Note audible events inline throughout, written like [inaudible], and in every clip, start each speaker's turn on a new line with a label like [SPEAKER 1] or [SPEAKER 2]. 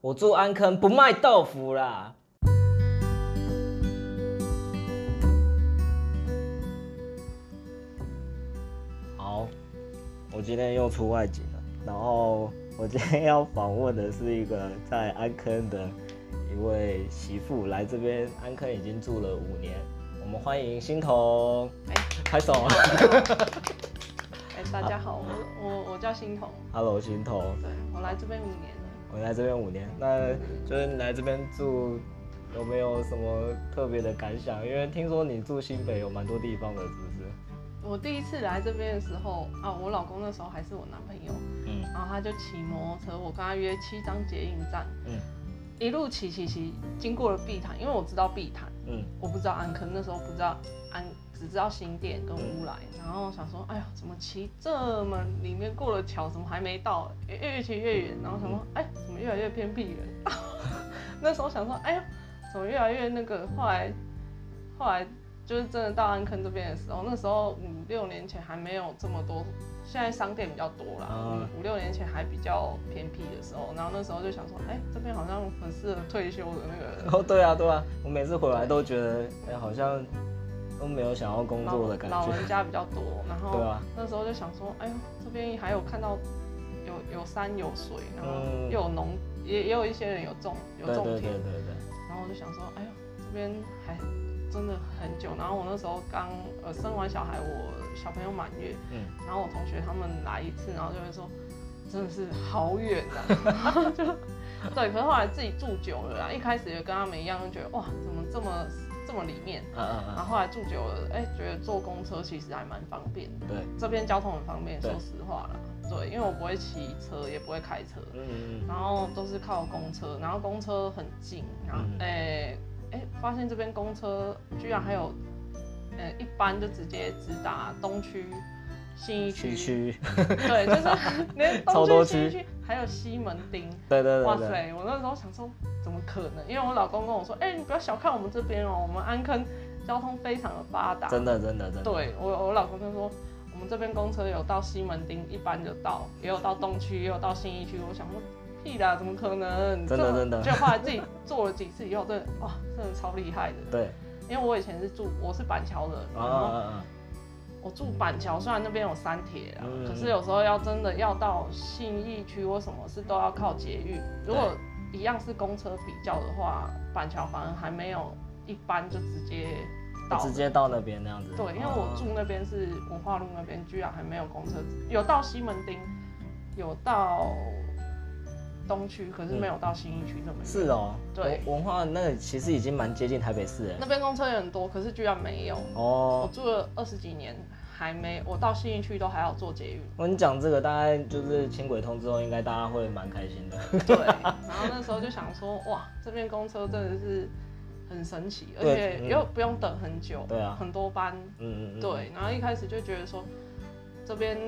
[SPEAKER 1] 我住安坑不卖豆腐啦。好，我今天又出外景了，然后我今天要访问的是一个在安坑的一位媳妇，来这边安坑已经住了五年，我们欢迎欣桐，
[SPEAKER 2] 哎
[SPEAKER 1] 拍手。
[SPEAKER 2] 哎，大家好，我我我叫欣桐，
[SPEAKER 1] Hello，欣桐，
[SPEAKER 2] 对我来这边五年了，
[SPEAKER 1] 我来这边五年，那就是你来这边住，有没有什么特别的感想？因为听说你住新北有蛮多地方的，是不是？
[SPEAKER 2] 我第一次来这边的时候啊，我老公那时候还是我男朋友，
[SPEAKER 1] 嗯
[SPEAKER 2] 然后他就骑摩托车，我跟他约七张捷运站，
[SPEAKER 1] 嗯
[SPEAKER 2] 一路骑骑骑，经过了碧潭，因为我知道碧潭，
[SPEAKER 1] 嗯
[SPEAKER 2] 我不知道安坑，那时候不知道安，只知道新店跟乌来，然后想说，哎呀，怎么骑这么里面过了桥，怎么还没到？越越骑越远，然后想说，哎，怎么越来越偏僻了？ [laughs] 那时候想说，哎呀，怎么越来越那个？后来，后来哎就是真的到安坑这边的时候，那时候五六年前还没有这么多，现在商店比较多啦
[SPEAKER 1] 啊。
[SPEAKER 2] 五六年前还比较偏僻的时候，然后那时候就想说，哎，这边好像很适合退休的那个
[SPEAKER 1] 哦，对啊对啊，我每次回来都觉得，哎、好像都没有想要工
[SPEAKER 2] 老
[SPEAKER 1] 作的感
[SPEAKER 2] 老
[SPEAKER 1] 觉。
[SPEAKER 2] 人家比较多，然后
[SPEAKER 1] 对啊
[SPEAKER 2] 那时候就想说，哎呦，这边还有看到有有山有水，然后
[SPEAKER 1] 嗯
[SPEAKER 2] 又有农，也也有一些人有种有
[SPEAKER 1] 对对
[SPEAKER 2] 种
[SPEAKER 1] 对
[SPEAKER 2] 田，
[SPEAKER 1] 对对，
[SPEAKER 2] 然后我就想说，哎呦，这边还真的很久。然后我那时候刚呃生完小孩，我小朋友满月，
[SPEAKER 1] 嗯，
[SPEAKER 2] 然后我同学他们来一次，然后就会说，真的是好远啊， [laughs] 就对。可是后来自己住久了啦，一开始也跟他们一样，就觉得哇，怎么这么这么里面。
[SPEAKER 1] 啊啊
[SPEAKER 2] 然
[SPEAKER 1] 啊，
[SPEAKER 2] 后后来住久了，哎、觉得坐公车其实还蛮方便的。
[SPEAKER 1] 嗯对，
[SPEAKER 2] 这边交通很方便，
[SPEAKER 1] 对
[SPEAKER 2] 说实话啦，对，因为我不会骑车，也不会开车，
[SPEAKER 1] 嗯嗯
[SPEAKER 2] 然后都是靠公车，然后公车很近，然后
[SPEAKER 1] 嗯
[SPEAKER 2] 哎哎、发现这边公车居然还有，呃、一般就直接直达东区、信义
[SPEAKER 1] 嗯，区
[SPEAKER 2] 区，
[SPEAKER 1] 区，
[SPEAKER 2] 对，就是 [laughs] 连
[SPEAKER 1] 超多
[SPEAKER 2] 东区、
[SPEAKER 1] 区
[SPEAKER 2] 信义区，还有西门町。
[SPEAKER 1] 对对
[SPEAKER 2] 哇
[SPEAKER 1] 对对，
[SPEAKER 2] 塞！我那时候想说，怎么可能？因为我老公跟我说，哎、你不要小看我们这边哦，我们安坑交通非常的发达。
[SPEAKER 1] 真的真的真的，
[SPEAKER 2] 对我，我老公就说，我们这边公车有到西门町，一般就到，也有到东区，也有到新一区。我想说，屁啦，怎么可能？
[SPEAKER 1] 真的
[SPEAKER 2] 这么
[SPEAKER 1] 真的
[SPEAKER 2] 就后来自己做了几次以后，真的哇，真的超厉害的。
[SPEAKER 1] 对，
[SPEAKER 2] 因为我以前是住，我是板桥人，
[SPEAKER 1] 啊
[SPEAKER 2] 然
[SPEAKER 1] 啊
[SPEAKER 2] 后
[SPEAKER 1] 啊啊，
[SPEAKER 2] 我住板桥，虽然那边有三铁啦，
[SPEAKER 1] 嗯
[SPEAKER 2] 可是有时候要真的要到信义区或什么是都要靠捷运。如果一样是公车比较的话，板桥反而还没有一般就直接到
[SPEAKER 1] 直接到那边那样子。
[SPEAKER 2] 对，因为我
[SPEAKER 1] 哦
[SPEAKER 2] 住那边是文化路那边，居然还没有公车，有到西门町，有到东区，可是没有到新一区这么远。
[SPEAKER 1] 嗯是，哦，
[SPEAKER 2] 对
[SPEAKER 1] 文文化那个其实已经蛮接近台北市了。
[SPEAKER 2] 那边公车也很多，可是居然没有。我
[SPEAKER 1] 哦，
[SPEAKER 2] 住了二十几年，还没，我到新一区都还要坐捷运。
[SPEAKER 1] 我跟你讲这个，大概就是轻轨通之后，应该大家会蛮开心的。
[SPEAKER 2] 对，然后那时候就想说，哇，这边公车真的是很神奇，而
[SPEAKER 1] 对
[SPEAKER 2] 且
[SPEAKER 1] 嗯
[SPEAKER 2] 又不用等很久，
[SPEAKER 1] 对啊
[SPEAKER 2] 很多班，
[SPEAKER 1] 嗯嗯嗯，
[SPEAKER 2] 对，然后一开始就觉得说，这边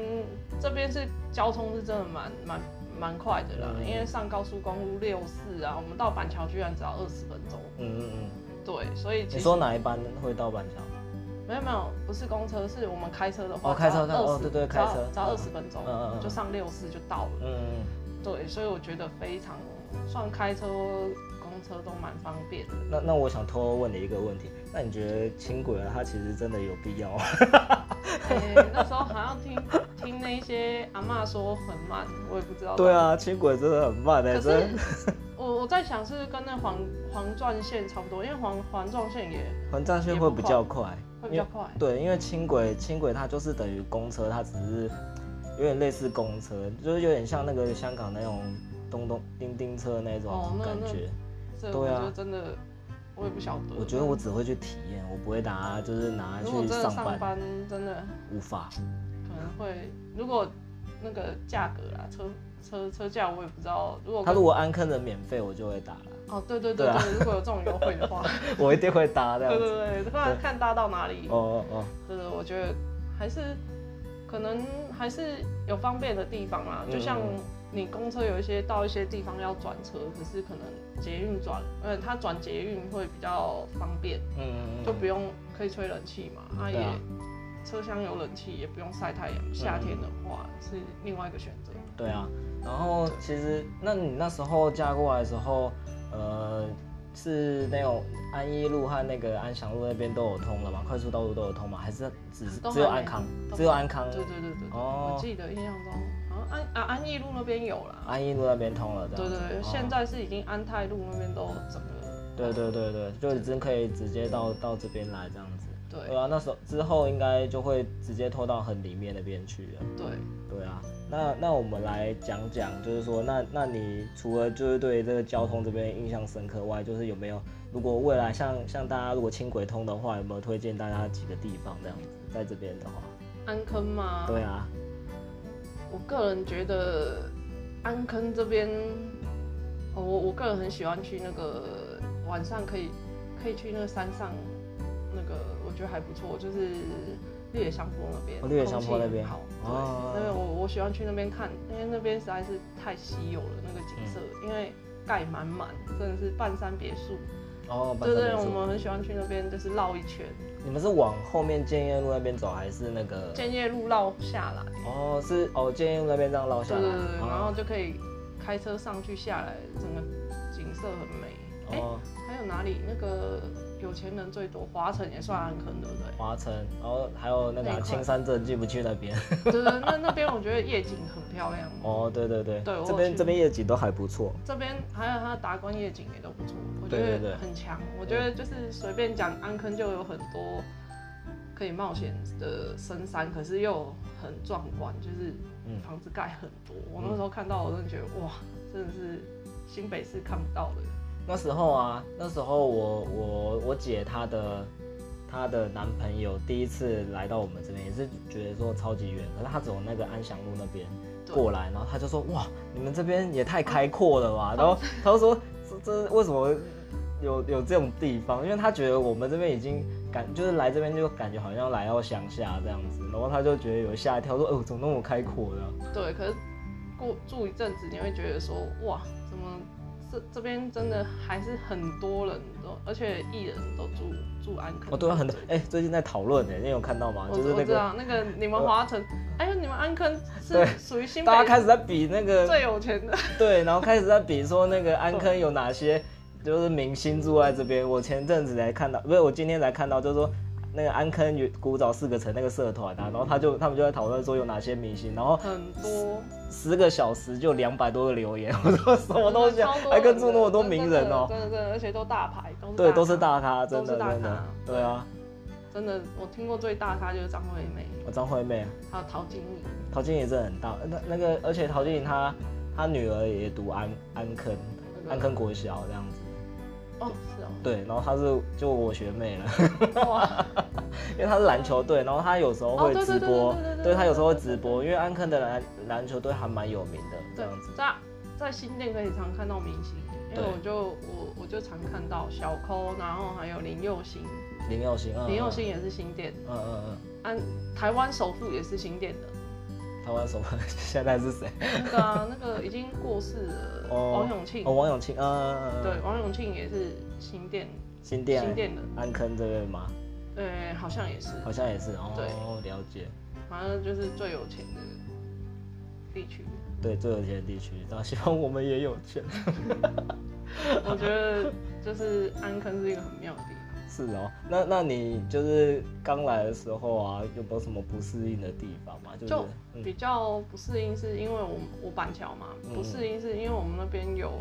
[SPEAKER 2] 这边是交通是真的蛮蛮蛮快的啦，
[SPEAKER 1] 嗯
[SPEAKER 2] 因为上高速公路六四啊，我们到板桥居然只要二十分钟，
[SPEAKER 1] 嗯嗯嗯。
[SPEAKER 2] 对，所以其
[SPEAKER 1] 你
[SPEAKER 2] 实
[SPEAKER 1] 说哪一班会到板桥？
[SPEAKER 2] 没有没有，不是公车，是我们开车的话，
[SPEAKER 1] 哦开车
[SPEAKER 2] 只要
[SPEAKER 1] 哦
[SPEAKER 2] 20
[SPEAKER 1] 对对
[SPEAKER 2] 只要
[SPEAKER 1] 开车
[SPEAKER 2] 只要二十分钟
[SPEAKER 1] 嗯嗯嗯，嗯
[SPEAKER 2] 就上六四就到了，
[SPEAKER 1] 嗯
[SPEAKER 2] 对，所以我觉得非常算开车公车都蛮方便
[SPEAKER 1] [laughs]
[SPEAKER 2] 的。
[SPEAKER 1] 嗯。那那我想偷问你一个问题，那你觉得轻轨啊，它其实真的有必要吗？
[SPEAKER 2] 哎那时候好像听听那些阿嬷说很慢，我也不知道。
[SPEAKER 1] 对，啊，轻轨真的很慢哎、
[SPEAKER 2] 可
[SPEAKER 1] 真
[SPEAKER 2] 是
[SPEAKER 1] 的。
[SPEAKER 2] 我我在想是不是跟那环环状线差不多，因为环环状线也
[SPEAKER 1] 环状线会比较快，
[SPEAKER 2] 会比
[SPEAKER 1] 因
[SPEAKER 2] 较
[SPEAKER 1] 为
[SPEAKER 2] 快。
[SPEAKER 1] 对，因为轻轨轻轨它就是等于公车，它只是有点类似公车，就是有点像那个香港那种东东叮叮车那
[SPEAKER 2] 哦
[SPEAKER 1] 种
[SPEAKER 2] 那
[SPEAKER 1] 感
[SPEAKER 2] 那
[SPEAKER 1] 觉。
[SPEAKER 2] 这
[SPEAKER 1] 对
[SPEAKER 2] 我
[SPEAKER 1] 啊
[SPEAKER 2] 就真的我也不晓得。
[SPEAKER 1] 我觉得我只会去体验，我不会拿就是拿
[SPEAKER 2] 如果
[SPEAKER 1] 去
[SPEAKER 2] 真的
[SPEAKER 1] 上
[SPEAKER 2] 上
[SPEAKER 1] 班，
[SPEAKER 2] 班，真的
[SPEAKER 1] 无法。
[SPEAKER 2] 可能会，如果那个价格啊，车车车价我也不知道。如果
[SPEAKER 1] 他
[SPEAKER 2] 跟
[SPEAKER 1] 如果安坑的免费，我就会打了， [laughs]
[SPEAKER 2] 哦，对对
[SPEAKER 1] 对
[SPEAKER 2] 对
[SPEAKER 1] 啊
[SPEAKER 2] 对，如果有这种优惠的话，
[SPEAKER 1] 我一定会打这
[SPEAKER 2] 对
[SPEAKER 1] 样
[SPEAKER 2] 对 [laughs]
[SPEAKER 1] 子。
[SPEAKER 2] 对，看看搭到哪里。
[SPEAKER 1] 哦哦哦，
[SPEAKER 2] 对对，我觉得还是可能还是有方便的地方啦，
[SPEAKER 1] 嗯
[SPEAKER 2] 就像你公车有一些到一些地方要转车，可是可能捷运转，嗯，它转捷运会比较方便，
[SPEAKER 1] 嗯嗯嗯，嗯
[SPEAKER 2] 就不用可以吹冷气嘛，它也
[SPEAKER 1] 对啊
[SPEAKER 2] 车厢有冷气，也不用晒太阳。夏天的话是另外一个选择。
[SPEAKER 1] 对啊，然后其实那你那时候嫁过来的时候，呃，是那种安一路和那个安祥路那边都有通了吗？快速道路都有通吗？还是只是
[SPEAKER 2] 都还
[SPEAKER 1] 只有
[SPEAKER 2] 没
[SPEAKER 1] 安康
[SPEAKER 2] 都，
[SPEAKER 1] 只有安康
[SPEAKER 2] 对对对对对，
[SPEAKER 1] 哦
[SPEAKER 2] 我记得印象中好像安啊安义路那边有啦。
[SPEAKER 1] 安一路那边通了这
[SPEAKER 2] 对
[SPEAKER 1] 样
[SPEAKER 2] 对
[SPEAKER 1] 子？
[SPEAKER 2] 对，
[SPEAKER 1] 哦
[SPEAKER 2] 现在是已经安泰路那边都整个
[SPEAKER 1] 对对对对，就已经可以直接到到这边来这样子。
[SPEAKER 2] 对
[SPEAKER 1] 对啊，那时候之后应该就会直接拖到很里面那边去了。
[SPEAKER 2] 对。
[SPEAKER 1] 对啊，那那我们来讲讲，就是说，那那你除了就是对这个交通这边印象深刻外，就是有没有如果未来像像大家如果轻轨通的话，有没有推荐大家几个地方这样子？在这边的话，
[SPEAKER 2] 安坑吗？
[SPEAKER 1] 对啊，
[SPEAKER 2] 我个人觉得安坑这边，哦我我个人很喜欢去那个晚上可以可以去那个山上，那个我觉得还不错，就是绿野香坡那边，
[SPEAKER 1] 哦绿野香坡那边
[SPEAKER 2] 空气很好，
[SPEAKER 1] 哦
[SPEAKER 2] 对，因为我我喜欢去那边看，因为那边实在是太稀有了那个景色，
[SPEAKER 1] 嗯
[SPEAKER 2] 因为盖满满，真的是半山别墅，
[SPEAKER 1] 哦，
[SPEAKER 2] 对对，
[SPEAKER 1] 板
[SPEAKER 2] 我
[SPEAKER 1] 上有树
[SPEAKER 2] 们很喜欢去那边就是绕一圈，
[SPEAKER 1] 你们是往后面建业路那边走，还是那个？
[SPEAKER 2] 建业路绕下来。
[SPEAKER 1] 哦，是哦，建业路那边这样绕下
[SPEAKER 2] 对
[SPEAKER 1] 来，
[SPEAKER 2] 对对，
[SPEAKER 1] 哦
[SPEAKER 2] 然后就可以开车上去下来，整个景色很美。哎、
[SPEAKER 1] 哦，
[SPEAKER 2] 还有哪里？那个有钱人最多，华城也算安坑，对不
[SPEAKER 1] 华城，然后还有那个
[SPEAKER 2] 那
[SPEAKER 1] 啊
[SPEAKER 2] 一块
[SPEAKER 1] 青山镇进不去那边。
[SPEAKER 2] 对？ [laughs] 对对，那那边我觉得夜景很漂亮。
[SPEAKER 1] 哦，对对对，
[SPEAKER 2] 对我有
[SPEAKER 1] 这边
[SPEAKER 2] 去
[SPEAKER 1] 这边夜景都还不错。
[SPEAKER 2] 这边还有它的达观夜景也都不错，我觉
[SPEAKER 1] 对对对
[SPEAKER 2] 得很强。我觉得就是随便讲安坑就有很多可以冒险的深山，可是又很壮观，就是
[SPEAKER 1] 嗯
[SPEAKER 2] 房子盖很多。我那时候看到，我真的觉得哇，真的是新北市看不到的。
[SPEAKER 1] 那时候啊，那时候我我我姐她的她的男朋友第一次来到我们这边，也是觉得说超级远，可是他走那个安祥路那边
[SPEAKER 2] 对
[SPEAKER 1] 过来，然后他就说哇，你们这边也太开阔了
[SPEAKER 2] 嗯
[SPEAKER 1] 吧，然后他就说这这为什么有有这种地方？因为他觉得我们这边已经感就是来这边就感觉好像来到乡下这样子，然后他就觉得有吓一跳，说哦、怎么那么开阔的啊、
[SPEAKER 2] 对，可是过住一阵子，你会觉得说，哇，怎么这这边真的还是很多人都，而且艺人都住住安坑。
[SPEAKER 1] 哦，对啊，很多哎、最近在讨论哎，你有看到吗？
[SPEAKER 2] 我
[SPEAKER 1] 就
[SPEAKER 2] 知
[SPEAKER 1] 是
[SPEAKER 2] 我
[SPEAKER 1] 那
[SPEAKER 2] 知
[SPEAKER 1] 个呃
[SPEAKER 2] 道那个你们华城，哎呦，你们安坑
[SPEAKER 1] 对
[SPEAKER 2] 是属于新北
[SPEAKER 1] 大家开始在比那个
[SPEAKER 2] 最有钱的。
[SPEAKER 1] 对，然后开始在比说那个安坑有哪些就是明星住在这边。我前阵子才看到，不是我今天才看到，就是说那个安坑有古早四个城那个社团啊，然后他就他们就在讨论说有哪些明星，然后
[SPEAKER 2] 很多，
[SPEAKER 1] 十个小时就两百多个留言， [laughs] 我说什么东西啊
[SPEAKER 2] 超多人，的
[SPEAKER 1] 还跟住那么多名人哦、
[SPEAKER 2] 真的真的真的，而且都大牌，都是
[SPEAKER 1] 对，
[SPEAKER 2] 咖
[SPEAKER 1] 都是，大咖，
[SPEAKER 2] 都
[SPEAKER 1] 真
[SPEAKER 2] 是
[SPEAKER 1] 的
[SPEAKER 2] 大咖
[SPEAKER 1] 真的，对啊，
[SPEAKER 2] 真的，我听过最大咖就是张惠妹，
[SPEAKER 1] 我张惠妹，啊
[SPEAKER 2] 还有陶晶莹，
[SPEAKER 1] 陶晶莹真的很大，那那个而且陶晶莹她她女儿也读安安坑
[SPEAKER 2] 那个
[SPEAKER 1] 安坑国小这样子，
[SPEAKER 2] 哦，是
[SPEAKER 1] 对，然后她是就我学妹了。
[SPEAKER 2] 哦，哇，
[SPEAKER 1] 因为他是篮球队，然后他有时候会
[SPEAKER 2] 哦对
[SPEAKER 1] 直
[SPEAKER 2] 对对
[SPEAKER 1] 播
[SPEAKER 2] 对对对，对
[SPEAKER 1] 对他有时候会
[SPEAKER 2] 对对
[SPEAKER 1] 直播，因为安坑的篮篮球队还蛮有名的，这
[SPEAKER 2] 对
[SPEAKER 1] 样子，。
[SPEAKER 2] 在在新店可以常看到明星，因为
[SPEAKER 1] 对
[SPEAKER 2] 我就我我就常看到小抠，然后还有林佑兴，
[SPEAKER 1] 林佑兴，嗯
[SPEAKER 2] 林佑兴，也是新店，
[SPEAKER 1] 嗯嗯
[SPEAKER 2] 安台湾首富也是新店的，
[SPEAKER 1] 嗯，台湾什么？ [laughs] 现在是谁？
[SPEAKER 2] 那个啊那个已经过世
[SPEAKER 1] [laughs]
[SPEAKER 2] 了，
[SPEAKER 1] 哦
[SPEAKER 2] 王永庆
[SPEAKER 1] 哦，，王永庆，嗯嗯嗯，嗯
[SPEAKER 2] 对，，王永庆也是新店
[SPEAKER 1] 新店，
[SPEAKER 2] 新店的，
[SPEAKER 1] 安坑这边吗？
[SPEAKER 2] 对，好像也是，
[SPEAKER 1] 好像也是，哦，了解，
[SPEAKER 2] 反正就是最有钱的地区，
[SPEAKER 1] 对，最有钱的地区，然后希望我们也有钱， [laughs]
[SPEAKER 2] 我觉得就是安坑是一个很妙的地方。
[SPEAKER 1] 是哦。那那你就是刚来的时候啊，有没有什么不适应的地方吗？就是
[SPEAKER 2] 就
[SPEAKER 1] 嗯
[SPEAKER 2] 比较不适应，是因为我我板桥嘛，
[SPEAKER 1] 嗯
[SPEAKER 2] 不适应是因为我们那边有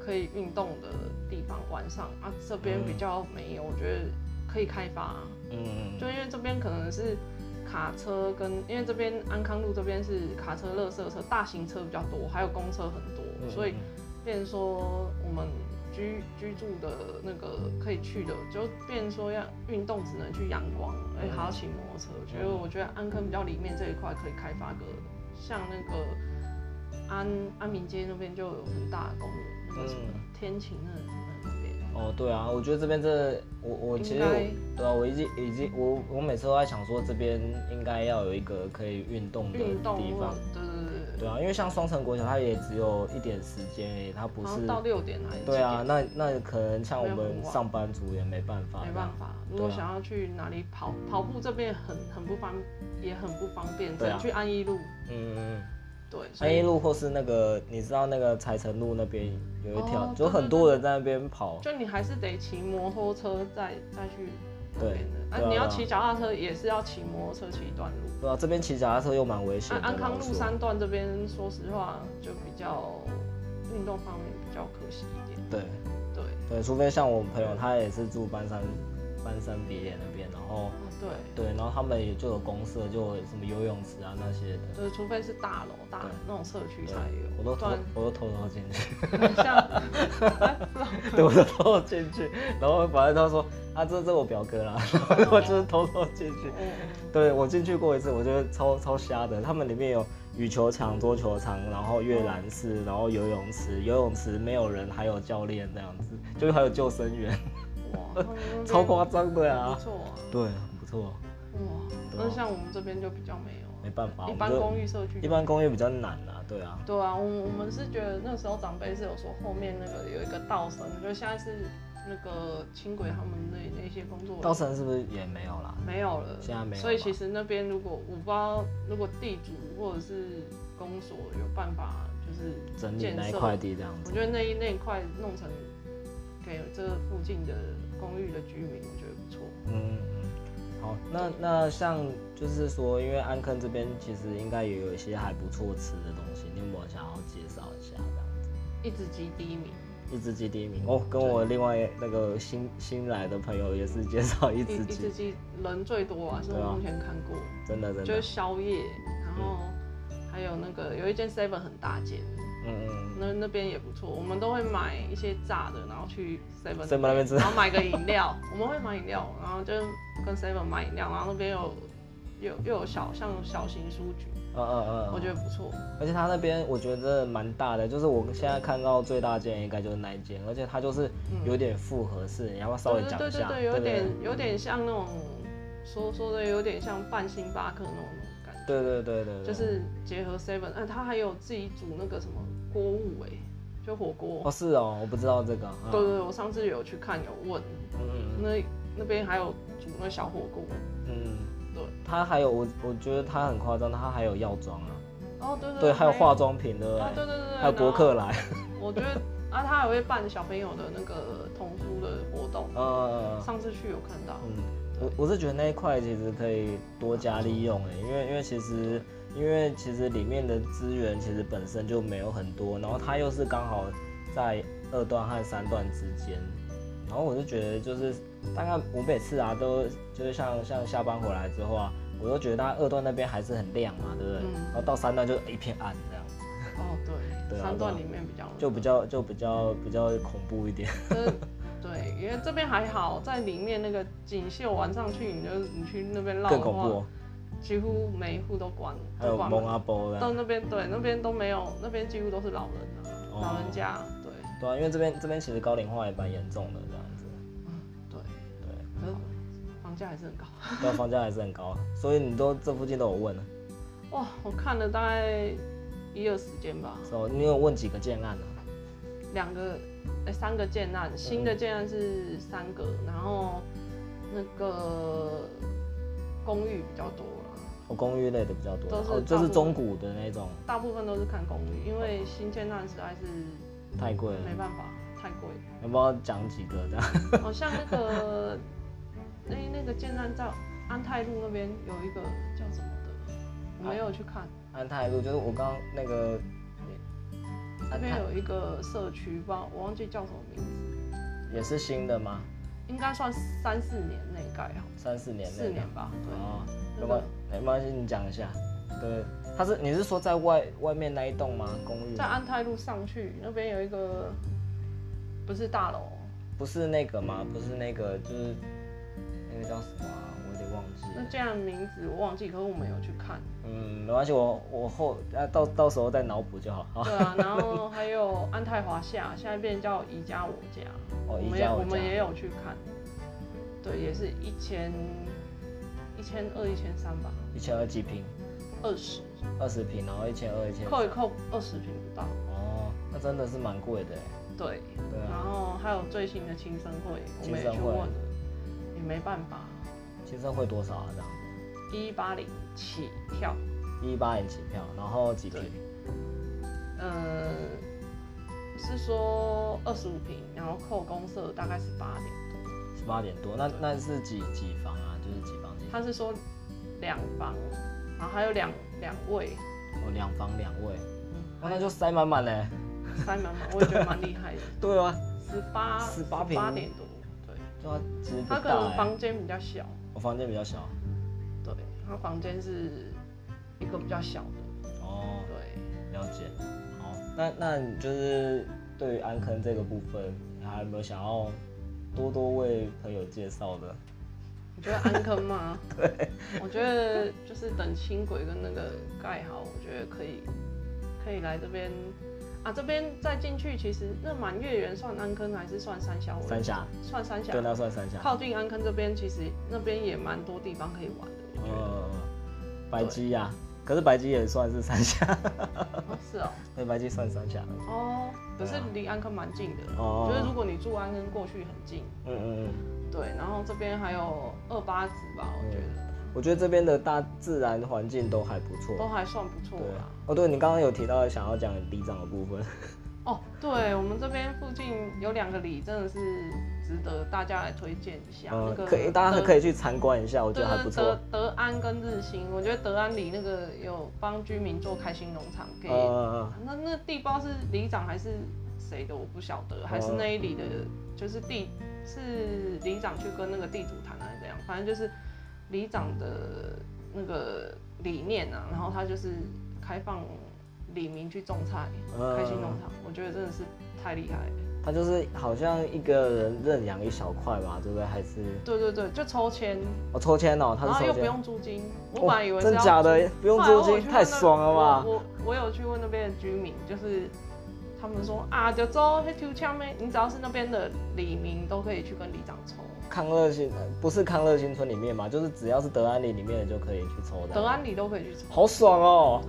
[SPEAKER 2] 可以运动的地方，晚上啊这边
[SPEAKER 1] 嗯
[SPEAKER 2] 比较没有，我觉得可以开发、
[SPEAKER 1] 嗯
[SPEAKER 2] 就因为这边可能是卡车跟，因为这边安康路这边是卡车、垃圾车、大型车比较多，还有公车很多，
[SPEAKER 1] 嗯
[SPEAKER 2] 所以变成说我们居居住的那个可以去的，就变成说要运动只能去阳光，哎而且还要骑摩托车。我觉得
[SPEAKER 1] 嗯
[SPEAKER 2] 我觉得安坑比较里面这一块可以开发个，像那个安安民街那边就有很大的公园，那个什么
[SPEAKER 1] 嗯
[SPEAKER 2] 天晴那那边，
[SPEAKER 1] 哦，对啊，我觉得这边这我我
[SPEAKER 2] 应
[SPEAKER 1] 其实
[SPEAKER 2] 该
[SPEAKER 1] 我对啊，我已经已经我我每次都在想说这边应该要有一个可以运动的
[SPEAKER 2] 运动
[SPEAKER 1] 地
[SPEAKER 2] 或
[SPEAKER 1] 方，
[SPEAKER 2] 对对对对
[SPEAKER 1] 对啊，因为像双城国小，它也只有一点时间而已，它不
[SPEAKER 2] 然后
[SPEAKER 1] 是
[SPEAKER 2] 哦到六点还是
[SPEAKER 1] 对啊，
[SPEAKER 2] 几
[SPEAKER 1] 那那可能像我
[SPEAKER 2] 没有
[SPEAKER 1] 们
[SPEAKER 2] 很晚
[SPEAKER 1] 上班族也没办法
[SPEAKER 2] 点，
[SPEAKER 1] 这
[SPEAKER 2] 没
[SPEAKER 1] 样，
[SPEAKER 2] 办法。如果
[SPEAKER 1] 对啊
[SPEAKER 2] 想要去哪里跑跑步，这边很很不方，也很不方便，只
[SPEAKER 1] 对啊
[SPEAKER 2] 能去安一路。
[SPEAKER 1] 嗯嗯嗯。
[SPEAKER 2] 对，所
[SPEAKER 1] 安一
[SPEAKER 2] 以
[SPEAKER 1] 路或是那个，你知道那个财城路那边有一条，
[SPEAKER 2] 哦
[SPEAKER 1] 就很多人在那边跑。
[SPEAKER 2] 就你还是得骑摩托车再再去那
[SPEAKER 1] 对
[SPEAKER 2] 边的。
[SPEAKER 1] 对啊
[SPEAKER 2] 你要
[SPEAKER 1] 对啊
[SPEAKER 2] 骑脚踏车也是要骑摩托车骑一段路。
[SPEAKER 1] 对啊，这边骑脚踏车又蛮危险
[SPEAKER 2] 安
[SPEAKER 1] 的。
[SPEAKER 2] 啊安康
[SPEAKER 1] 老
[SPEAKER 2] 路
[SPEAKER 1] 实说
[SPEAKER 2] 三段这边，说实话就比较运动方面比较可惜一点。
[SPEAKER 1] 对
[SPEAKER 2] 对，
[SPEAKER 1] 对，除非像我朋友，他也是住半山半山别野那边，然后
[SPEAKER 2] 啊对，
[SPEAKER 1] 对，然后他们也就有公社，就有什么游泳池啊那些的。
[SPEAKER 2] 就是除非是大楼大
[SPEAKER 1] 对
[SPEAKER 2] 那种社区
[SPEAKER 1] 对
[SPEAKER 2] 才有，
[SPEAKER 1] 我都
[SPEAKER 2] 不
[SPEAKER 1] 偷
[SPEAKER 2] 然，
[SPEAKER 1] 我都偷偷进去，
[SPEAKER 2] [laughs]
[SPEAKER 1] [laughs]
[SPEAKER 2] 像
[SPEAKER 1] 对，我都偷偷进去，然后反正他说啊，这这我表哥啦， [laughs] 然后我就是偷偷进去。
[SPEAKER 2] 嗯
[SPEAKER 1] 对我进去过一次，我觉得超超瞎的。他们里面有羽球场、桌球场，然后阅览室，然后游泳池。游泳池没有人，还有教练这样子，就是还有救生员， [laughs]
[SPEAKER 2] 哇，他们那边
[SPEAKER 1] 超夸张的
[SPEAKER 2] 不
[SPEAKER 1] 啊！
[SPEAKER 2] 错啊，
[SPEAKER 1] 对，很不错。
[SPEAKER 2] 哇，但是像我们这边就比较没有啊，
[SPEAKER 1] 没办法我
[SPEAKER 2] 一
[SPEAKER 1] 们
[SPEAKER 2] 般
[SPEAKER 1] 这
[SPEAKER 2] 公寓社区
[SPEAKER 1] 一般公寓比较难啊，对啊，
[SPEAKER 2] 对啊，我我们是觉得那时候长辈是有说后面那个有一个道神，就现在是那个轻轨他们那那些工作人员
[SPEAKER 1] 稻城是不是也没有啦？
[SPEAKER 2] 没有了，
[SPEAKER 1] 现在没有
[SPEAKER 2] 所以
[SPEAKER 1] 吧
[SPEAKER 2] 其实那边如果我不知道，如果地主或者是公所有办法，就是
[SPEAKER 1] 整理
[SPEAKER 2] 建
[SPEAKER 1] 那一
[SPEAKER 2] 设，
[SPEAKER 1] 块地这样
[SPEAKER 2] 我
[SPEAKER 1] 子，
[SPEAKER 2] 觉得那一那一块弄成给这附近的公寓的居民，我觉得不错。
[SPEAKER 1] 嗯嗯。好，那那像就是说，因为安坑这边其实应该也有一些还不错吃的东西，你有没有想要介绍一下这样子？
[SPEAKER 2] 一直积第一名，
[SPEAKER 1] 一只鸡第一名哦，跟我另外那个新新来的朋友也是介绍一
[SPEAKER 2] 一
[SPEAKER 1] 只
[SPEAKER 2] 一直
[SPEAKER 1] 鸡，
[SPEAKER 2] 积人最多啊，是
[SPEAKER 1] 对啊
[SPEAKER 2] 我目前看过，
[SPEAKER 1] 真的真
[SPEAKER 2] 就是
[SPEAKER 1] 的，
[SPEAKER 2] 宵夜，然后还有那个有一间 Seven 很大间，
[SPEAKER 1] 嗯嗯，
[SPEAKER 2] 那那边也不错，我们都会买一些炸的，然后去 Seven
[SPEAKER 1] Seven 那边吃
[SPEAKER 2] 然后买个饮料，我们会买饮料，然后就跟 Seven 买饮料，然后那边有有又有小像小型书局，
[SPEAKER 1] 嗯嗯嗯，
[SPEAKER 2] 我觉得不错。
[SPEAKER 1] 而且他那边我觉得蛮大的，就是我现在看到最大间应该就是那一间，而且它就是有点复合式，你要不要稍微讲
[SPEAKER 2] 对
[SPEAKER 1] 一
[SPEAKER 2] 对
[SPEAKER 1] 下？
[SPEAKER 2] 嗯对，有点有点像那种说说的有点像半星巴克那种那种感觉，
[SPEAKER 1] 对对对对，
[SPEAKER 2] 就是结合 Seven，嗯，它还有自己煮那个什么锅物哎、就火锅。
[SPEAKER 1] 哦是哦，我不知道这个，
[SPEAKER 2] 对对对，我上次有去看有问，
[SPEAKER 1] 嗯嗯
[SPEAKER 2] 那那边还有煮那小火锅。
[SPEAKER 1] 嗯，，他还有我我觉得他很夸张，他还有药妆啊，
[SPEAKER 2] 哦对对
[SPEAKER 1] 对，还有化
[SPEAKER 2] 妆。
[SPEAKER 1] 妆品对不
[SPEAKER 2] 啊，
[SPEAKER 1] 对？
[SPEAKER 2] 对对对，对
[SPEAKER 1] 还有博。客来，
[SPEAKER 2] 然后我觉得啊，他还会办小朋友的那个童书的活动，
[SPEAKER 1] 嗯。
[SPEAKER 2] 上次去有看到。
[SPEAKER 1] 嗯，我我是觉得那一块其实可以多加利用诶，因为因为其实因为其实里面的资源其实本身就没有很多，然后它又是刚好在二段和三段之间，然后我就觉得就是大概我每次啊都就是像像下班回来之后啊，我都觉得它二段那边还是很亮嘛，对不对？
[SPEAKER 2] 嗯
[SPEAKER 1] 然后到三段就一片暗这样子，
[SPEAKER 2] 哦，对，
[SPEAKER 1] 对啊
[SPEAKER 2] 三段
[SPEAKER 1] 对啊
[SPEAKER 2] 里面比较
[SPEAKER 1] 就比较就比较比较恐怖一点。
[SPEAKER 2] 就是对，因为这边还好，在里面那个锦绣玩上去，你就你去那边绕的
[SPEAKER 1] 更恐怖、
[SPEAKER 2] 话
[SPEAKER 1] 哦，，
[SPEAKER 2] 几乎每一户都关，
[SPEAKER 1] 还
[SPEAKER 2] 都
[SPEAKER 1] 有
[SPEAKER 2] 关
[SPEAKER 1] 蒙啊
[SPEAKER 2] 门。
[SPEAKER 1] 阿波的
[SPEAKER 2] 到。那边对，那边都没有，那边几乎都是老人啊，
[SPEAKER 1] 哦
[SPEAKER 2] 老人家，对
[SPEAKER 1] 对啊，因为这边这边其实高龄化也蛮严重的这样子，
[SPEAKER 2] 对，
[SPEAKER 1] 对。
[SPEAKER 2] 可是房价还是很高。
[SPEAKER 1] 对啊，房价还是很高，所以你都这附近都有问啊了，
[SPEAKER 2] 哇，我看了大概一二十间吧，
[SPEAKER 1] 是吧？你有问几个建案呢、啊
[SPEAKER 2] 两个，哎、三个建案，新的建案是三个，然后那个公寓比较多啦，
[SPEAKER 1] 哦，公寓类的比较多，
[SPEAKER 2] 都是
[SPEAKER 1] 哦，就是
[SPEAKER 2] 大部分
[SPEAKER 1] 中古的那种，
[SPEAKER 2] 大部分都是看公寓，因为新建案实在是
[SPEAKER 1] 太贵了
[SPEAKER 2] 没。办法，太贵。
[SPEAKER 1] 要不要讲几个这样？
[SPEAKER 2] 好、像那个 [laughs] 那那个建案在安泰路那边有一个叫什么的，我没有去看，
[SPEAKER 1] 安泰路就是我刚刚那个
[SPEAKER 2] 那
[SPEAKER 1] 安
[SPEAKER 2] 边
[SPEAKER 1] 泰
[SPEAKER 2] 有一个社区吧，我忘记叫什么名字，
[SPEAKER 1] 也是新的吗？
[SPEAKER 2] 应该算三四年内盖好，
[SPEAKER 1] 三四年
[SPEAKER 2] 四
[SPEAKER 1] 内的
[SPEAKER 2] 年。吧，对。
[SPEAKER 1] 哦，
[SPEAKER 2] 那
[SPEAKER 1] 要不要
[SPEAKER 2] 个？
[SPEAKER 1] 没关系，你讲一下。对，他是你是说在外外面那一栋吗？公寓
[SPEAKER 2] 在安泰路上去那边有一个，不是大楼，
[SPEAKER 1] 不是那个吗？不是那个，就是那个叫什么、啊？我有点忘记了
[SPEAKER 2] 那。这样名字我忘记，可是我没有去看。
[SPEAKER 1] 嗯，没关系，我我后啊到到时候再脑补就好。好
[SPEAKER 2] 对啊，然后还有安泰华夏，现在变叫宜家我家，
[SPEAKER 1] 哦
[SPEAKER 2] 我们
[SPEAKER 1] 宜
[SPEAKER 2] 也
[SPEAKER 1] 家我
[SPEAKER 2] 我们
[SPEAKER 1] 家
[SPEAKER 2] 也有去看，对，也是一千一千二一千三吧，
[SPEAKER 1] 一千二几平，
[SPEAKER 2] 二十
[SPEAKER 1] 二十平，然后一千二、一千
[SPEAKER 2] 扣一扣二十平不到，
[SPEAKER 1] 哦，那真的是蛮贵的耶。欸
[SPEAKER 2] 对。
[SPEAKER 1] 对
[SPEAKER 2] 然
[SPEAKER 1] 啊，
[SPEAKER 2] 后还有最新的青生会，我
[SPEAKER 1] 青
[SPEAKER 2] 们也
[SPEAKER 1] 生
[SPEAKER 2] 去
[SPEAKER 1] 会
[SPEAKER 2] 问了，也没办法，嗯
[SPEAKER 1] 新生会多少啊？这样
[SPEAKER 2] 一八零起跳，
[SPEAKER 1] 一八零起票，然后几平？
[SPEAKER 2] 对呃，是说二十五平，然后扣公社大概是八点多，
[SPEAKER 1] 十八点多，那那是几几房啊？就是几房几？
[SPEAKER 2] 他是说两房，然后还有两两位，
[SPEAKER 1] 哦，两房两卫，哦
[SPEAKER 2] 嗯，
[SPEAKER 1] 哇，那就塞满满嘞。
[SPEAKER 2] 塞满满，我也觉得蛮厉害的，
[SPEAKER 1] 对啊，
[SPEAKER 2] 十八
[SPEAKER 1] 18平
[SPEAKER 2] 八点多，对，
[SPEAKER 1] 对啊，其实不
[SPEAKER 2] 他可
[SPEAKER 1] 大
[SPEAKER 2] 能
[SPEAKER 1] 耶。
[SPEAKER 2] 房间比较小，
[SPEAKER 1] 我房间比较小。
[SPEAKER 2] 对，他房间是一个比较小的，
[SPEAKER 1] 哦，
[SPEAKER 2] 对，
[SPEAKER 1] 了解。好，那那你就是对于安坑这个部分，你还有没有想要多多为朋友介绍的？
[SPEAKER 2] 你觉得安
[SPEAKER 1] [laughs]
[SPEAKER 2] 坑吗？对，我觉得就是等轻轨跟那个盖好，我觉得可以可以来这边啊，这边再进去，其实那满月园算安坑还是算三峡？我
[SPEAKER 1] 三峡，
[SPEAKER 2] 算三峡
[SPEAKER 1] 对，，那算三峡。
[SPEAKER 2] 靠近安坑这边，其实那边也蛮多地方可以玩的，我觉得。
[SPEAKER 1] 呃，白鸡呀、可是白鸡也算是三峡，
[SPEAKER 2] 哦，是哦，
[SPEAKER 1] 对，白鸡算三峡的。
[SPEAKER 2] 哦，可是
[SPEAKER 1] 对啊
[SPEAKER 2] 离安坑蛮近的，
[SPEAKER 1] 哦
[SPEAKER 2] 我觉得如果你住安坑过去很近，
[SPEAKER 1] 嗯嗯嗯。
[SPEAKER 2] 对，然后这边还有二八子吧，我觉得
[SPEAKER 1] 我觉得这边的大自然环境都还嗯不
[SPEAKER 2] 都
[SPEAKER 1] 错。
[SPEAKER 2] 还算不错
[SPEAKER 1] 对
[SPEAKER 2] 啦。，
[SPEAKER 1] 哦，对你刚刚有提到想要讲里长的部分，
[SPEAKER 2] 哦，对，我们这边附近有两个里，真的是值得大家来推荐一下。那
[SPEAKER 1] 嗯，
[SPEAKER 2] 个
[SPEAKER 1] 可以，大家可
[SPEAKER 2] 以，
[SPEAKER 1] 以去参观一下，我觉
[SPEAKER 2] 对
[SPEAKER 1] 得还不
[SPEAKER 2] 对，
[SPEAKER 1] 错
[SPEAKER 2] 德。德安跟日新，我觉得德安里那个有帮居民做开心农场，给、
[SPEAKER 1] 呃，
[SPEAKER 2] 那那地包是里长还是谁的，我不晓得，还是
[SPEAKER 1] 嗯
[SPEAKER 2] 那一里的，就是地是里长去跟那个地主谈还是怎样，反正就是里长的那个理念啊，然后他就是开放里民去种菜，
[SPEAKER 1] 嗯
[SPEAKER 2] 开心农场，我觉得真的是太厉害了。
[SPEAKER 1] 他就是好像一个人认养一小块嘛，对不对？还是
[SPEAKER 2] 对对对，就抽签，
[SPEAKER 1] 哦抽签哦，他
[SPEAKER 2] 然后
[SPEAKER 1] 是
[SPEAKER 2] 又
[SPEAKER 1] 抽签。
[SPEAKER 2] 不用租金，我
[SPEAKER 1] 哦
[SPEAKER 2] 本来以为是
[SPEAKER 1] 真
[SPEAKER 2] 要
[SPEAKER 1] 假的
[SPEAKER 2] 租
[SPEAKER 1] 不用
[SPEAKER 2] 后来
[SPEAKER 1] 租金
[SPEAKER 2] 我去问
[SPEAKER 1] 太
[SPEAKER 2] 那
[SPEAKER 1] 爽了吧
[SPEAKER 2] 我我我有去问那边的居民，就是他们说啊，九州黑土枪妹，你只要是那边的里民都可以去跟里长抽。
[SPEAKER 1] 康乐新呃不是康乐新村里面嘛，就是只要是德安里里面的就可以去抽的。
[SPEAKER 2] 德安里都可以去抽，
[SPEAKER 1] 哦好爽哦，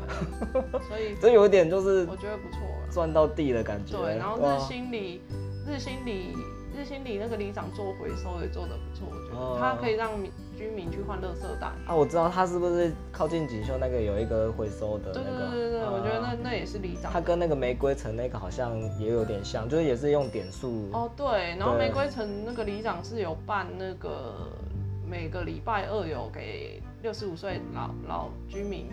[SPEAKER 2] 所以
[SPEAKER 1] 这有一点就是
[SPEAKER 2] 我觉得不错了。
[SPEAKER 1] 赚到地的感觉。 [laughs]
[SPEAKER 2] 对，然后
[SPEAKER 1] 哇
[SPEAKER 2] 日新里，日新里，日新里那个里长做回收也做得不错，我觉
[SPEAKER 1] 哦
[SPEAKER 2] 得他可以让民居民去换垃圾袋。
[SPEAKER 1] 啊，我知道他是不是靠近锦绣那个有一个回收的
[SPEAKER 2] 对
[SPEAKER 1] 那
[SPEAKER 2] 对
[SPEAKER 1] 个？
[SPEAKER 2] 对对对，
[SPEAKER 1] 啊
[SPEAKER 2] 我觉得那那也是里长
[SPEAKER 1] 它跟那个玫瑰城那个好像也有点像，就是也是用点数。
[SPEAKER 2] 哦，对，然后
[SPEAKER 1] 对
[SPEAKER 2] 玫瑰城那个里长是有办那个每个礼拜二有给六十五岁老老居民、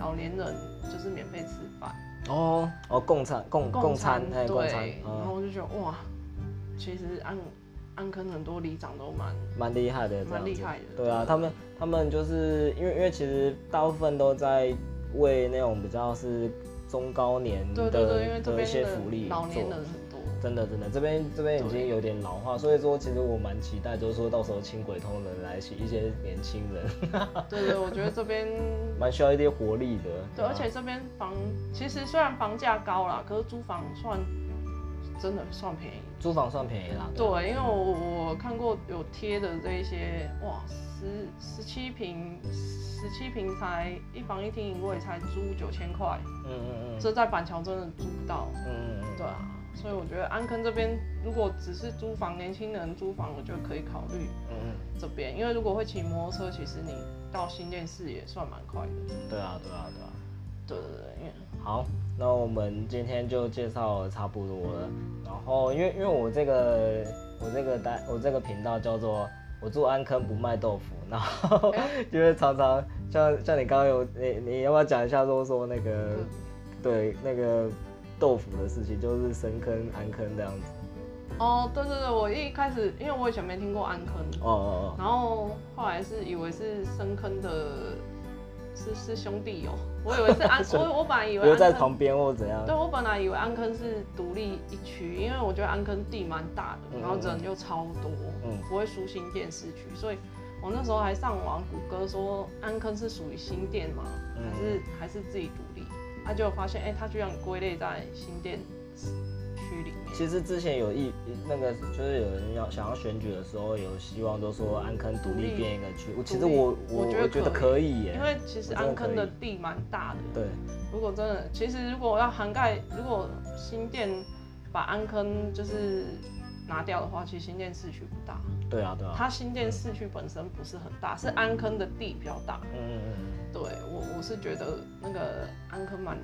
[SPEAKER 2] 老年人就是免费吃饭，
[SPEAKER 1] 哦哦，共餐共共餐哎
[SPEAKER 2] 对，
[SPEAKER 1] 共餐，
[SPEAKER 2] 然后
[SPEAKER 1] 嗯，
[SPEAKER 2] 我就觉得哇，其实安安坑很多里长都蛮
[SPEAKER 1] 蛮厉害的这样
[SPEAKER 2] 蛮
[SPEAKER 1] 子。
[SPEAKER 2] 厉害的
[SPEAKER 1] 对啊，他们他们就是因为因为其实大部分都在为那种比较是中高年的
[SPEAKER 2] 对对对，因为这
[SPEAKER 1] 的一
[SPEAKER 2] 边
[SPEAKER 1] 些
[SPEAKER 2] 的
[SPEAKER 1] 福利
[SPEAKER 2] 老年
[SPEAKER 1] 做
[SPEAKER 2] 人很多，
[SPEAKER 1] 真的真的，这边这边已经有点老化，所以说其实我蛮期待，就是说到时候轻轨通能来一些年轻人， [laughs]
[SPEAKER 2] 对对，我觉得这边。
[SPEAKER 1] 蛮需要一些活力的。
[SPEAKER 2] 对，
[SPEAKER 1] 啊
[SPEAKER 2] 而且这边房其实虽然房价高啦，可是租房算真的算便宜，
[SPEAKER 1] 租房算便宜啦，啊
[SPEAKER 2] 对，因为我我看过有贴的这一些，哇，十十七平，十七平才一房一厅一卫才租九千块，
[SPEAKER 1] 嗯嗯嗯
[SPEAKER 2] 这在板桥真的租不到。
[SPEAKER 1] 嗯嗯嗯，
[SPEAKER 2] 对啊，所以我觉得安坑这边如果只是租房，年轻人租房，我觉得可以考虑
[SPEAKER 1] 嗯嗯。
[SPEAKER 2] 这边，因为如果会骑摩托车，其实你到新店市也算蛮快的。
[SPEAKER 1] 对啊，对啊，对啊。
[SPEAKER 2] 对对对，因为
[SPEAKER 1] 好，那我们今天就介绍得差不多了。然后，因为因为我这个我这个单我这个频道叫做“我住安坑不卖豆腐”，然后就会常常像像你刚刚有你你要不要讲一下说说那个
[SPEAKER 2] 嗯
[SPEAKER 1] 对那个豆腐的事情，就是深坑安坑这样子。
[SPEAKER 2] 哦，对对对，我一开始因为我以前没听过安坑，
[SPEAKER 1] 哦哦哦，
[SPEAKER 2] 然后后来是以为是深坑的，是是兄弟友，我以为
[SPEAKER 1] [laughs]
[SPEAKER 2] 是安，我我本来以为
[SPEAKER 1] 留
[SPEAKER 2] 安
[SPEAKER 1] 在
[SPEAKER 2] 坑，
[SPEAKER 1] 旁边或怎样
[SPEAKER 2] 对。我本来以为安坑是独立一区，因为我觉得安坑地蛮大的，
[SPEAKER 1] 嗯
[SPEAKER 2] 然后人又超多，
[SPEAKER 1] 嗯
[SPEAKER 2] 不会输新店市区，所以我那时候还上网谷歌说安坑是属于新店吗？
[SPEAKER 1] 嗯
[SPEAKER 2] 还是还是自己独立？他、啊、就发现，哎、它居然归类在新店区里面。
[SPEAKER 1] 其实之前有一那个，就是有人要想要选举的时候，有希望都说安坑独立
[SPEAKER 2] 独立
[SPEAKER 1] 变一个区。我其
[SPEAKER 2] 独
[SPEAKER 1] 实
[SPEAKER 2] 立
[SPEAKER 1] 我
[SPEAKER 2] 我
[SPEAKER 1] 我
[SPEAKER 2] 觉得
[SPEAKER 1] 觉得
[SPEAKER 2] 可
[SPEAKER 1] 可以耶，
[SPEAKER 2] 因为其实
[SPEAKER 1] 我真的
[SPEAKER 2] 安坑的
[SPEAKER 1] 可以
[SPEAKER 2] 地蛮大的，
[SPEAKER 1] 对
[SPEAKER 2] 如果真的，其实如果要涵盖，如果新店把安坑就是拿掉的话，其实新店市区不大，
[SPEAKER 1] 对啊对啊，
[SPEAKER 2] 它新店市区本身不是很大，是安坑的地比较大。
[SPEAKER 1] 嗯嗯嗯嗯，
[SPEAKER 2] 对我我是觉得那个安坑蛮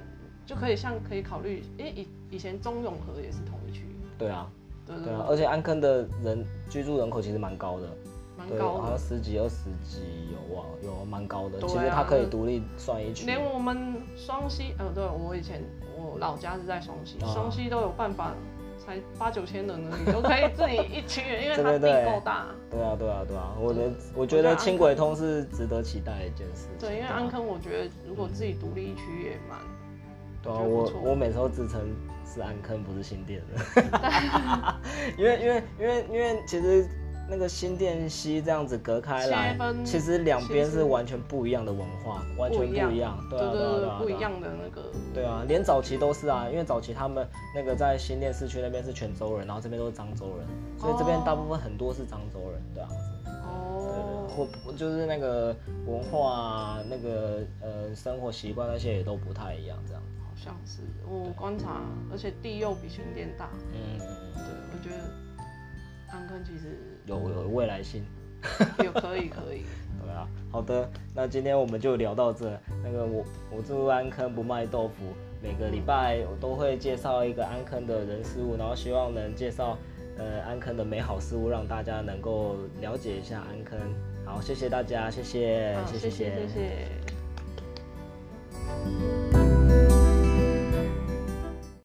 [SPEAKER 2] 就可以像可以考虑，因为以以前中永和也是同一区，
[SPEAKER 1] 对啊
[SPEAKER 2] 对
[SPEAKER 1] 对啊，而且安坑的人居住人口其实蛮高的，
[SPEAKER 2] 蛮
[SPEAKER 1] 对，
[SPEAKER 2] 高
[SPEAKER 1] 好像
[SPEAKER 2] 的。
[SPEAKER 1] 十几二十几有啊，有蛮高的。
[SPEAKER 2] 对啊
[SPEAKER 1] 其实它可以独立算一区，
[SPEAKER 2] 连我们双溪，呃，对我以前我老家是在双溪，
[SPEAKER 1] 哦
[SPEAKER 2] 双溪都有办法，才八九千人而已，都可以自己一区，因为它
[SPEAKER 1] [laughs] 对对对
[SPEAKER 2] 地够大。
[SPEAKER 1] 对啊对啊对啊，我
[SPEAKER 2] 对
[SPEAKER 1] 的我
[SPEAKER 2] 我觉
[SPEAKER 1] 觉
[SPEAKER 2] 得安
[SPEAKER 1] 得
[SPEAKER 2] 坑
[SPEAKER 1] 轻轨通是值得期待的一件事情。
[SPEAKER 2] 对，因为
[SPEAKER 1] 啊
[SPEAKER 2] 安坑，我觉得如果自己独立一区也蛮，
[SPEAKER 1] 对啊，
[SPEAKER 2] 我觉得不
[SPEAKER 1] 我
[SPEAKER 2] 错
[SPEAKER 1] 我每次都自称是安坑，不是新店的，
[SPEAKER 2] [laughs]
[SPEAKER 1] 因为因为因为因为其实那个新店西这样子隔开来
[SPEAKER 2] 切分，
[SPEAKER 1] 其实两边
[SPEAKER 2] 其实
[SPEAKER 1] 是完全不一样的文化，完全
[SPEAKER 2] 不一样
[SPEAKER 1] 不一样，对
[SPEAKER 2] 对
[SPEAKER 1] 啊对啊
[SPEAKER 2] 对
[SPEAKER 1] 对
[SPEAKER 2] 对，
[SPEAKER 1] 啊，
[SPEAKER 2] 不
[SPEAKER 1] 对
[SPEAKER 2] 一
[SPEAKER 1] 啊。
[SPEAKER 2] 样的那个，
[SPEAKER 1] 对啊，连早期都是啊，因为早期他们那个在新店市区那边是泉州人，然后这边都是漳州人，所以这边
[SPEAKER 2] 哦
[SPEAKER 1] 大部分很多是漳州人，对啊，对
[SPEAKER 2] 哦，
[SPEAKER 1] 对，或就是那个文化啊，那个呃生活习惯那些也都不太一样，这样，
[SPEAKER 2] 好像是我观察，而且地又比新店大，
[SPEAKER 1] 嗯，嗯嗯
[SPEAKER 2] 对，我觉得安坑其
[SPEAKER 1] [laughs]
[SPEAKER 2] 实
[SPEAKER 1] 有有未来性，
[SPEAKER 2] 有可
[SPEAKER 1] [laughs]
[SPEAKER 2] 以可以，
[SPEAKER 1] 对啊，好的，那今天我们就聊到这，那个我我住安坑不卖豆腐，每个礼拜我都会介绍一个安坑的人事物，然后希望能介绍。呃，安坑的美好事物，让大家能够了解一下安坑。好，谢谢大家，谢谢，
[SPEAKER 2] 好
[SPEAKER 1] 谢
[SPEAKER 2] 谢谢谢谢。